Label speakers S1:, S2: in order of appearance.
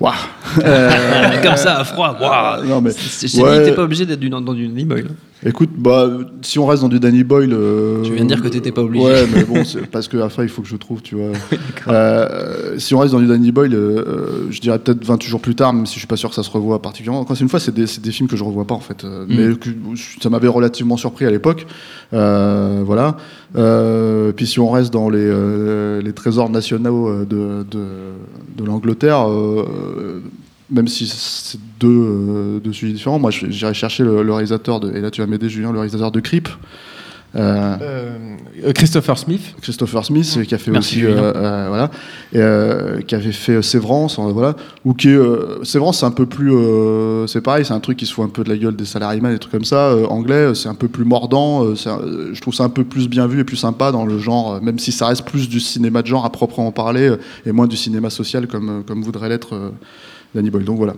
S1: Waouh Ah,
S2: Comme ça, à froid. Waouh
S1: non, Euh, mais-
S2: C'est- c'est-
S1: ouais.
S2: T'es pas obligé d'être du- dans du Danny Boyle.
S1: Écoute, bah, si on reste dans du Danny Boyle. euh,
S2: Tu viens de dire que t'étais pas obligé.
S1: Ouais, mais bon, c'est parce que après, il faut que je trouve, tu vois. Euh, si on reste dans du Danny Boyle, euh, euh, je dirais peut-être 28 jours plus tard, même si je suis pas sûr que ça se revoit particulièrement. Quand c'est une fois, c'est des, c'est des films que je revois pas, en fait. euh,
S2: Mm.
S1: Mais que- ça m'avait relativement surpris à l'époque. Euh, voilà. Euh, puis si on reste dans les, euh, les trésors nationaux euh, de, de, de l'Angleterre, euh, même si c'est deux, euh, deux sujets différents, moi je- j'irai chercher le, le réalisateur de, et là tu vas m'aider Julien, le réalisateur de Creep. euh,
S3: Euh, Christopher Smith.
S1: Christopher Smith euh, qui a fait
S2: Merci,
S1: aussi
S2: Julien.
S1: euh, euh, voilà et, euh, qui avait fait euh, Sévrance euh, voilà ou qui euh, Sévrance c'est un peu plus euh, c'est pareil c'est un truc qui se fout un peu de la gueule des salariés des trucs comme ça euh, anglais euh, c'est un peu plus mordant euh, c'est un- euh, je trouve ça un peu plus bien vu et plus sympa dans le genre euh, même si ça reste plus du cinéma de genre à proprement parler euh, et moins du cinéma social comme euh, comme voudrait l'être euh, Danny Boyle donc voilà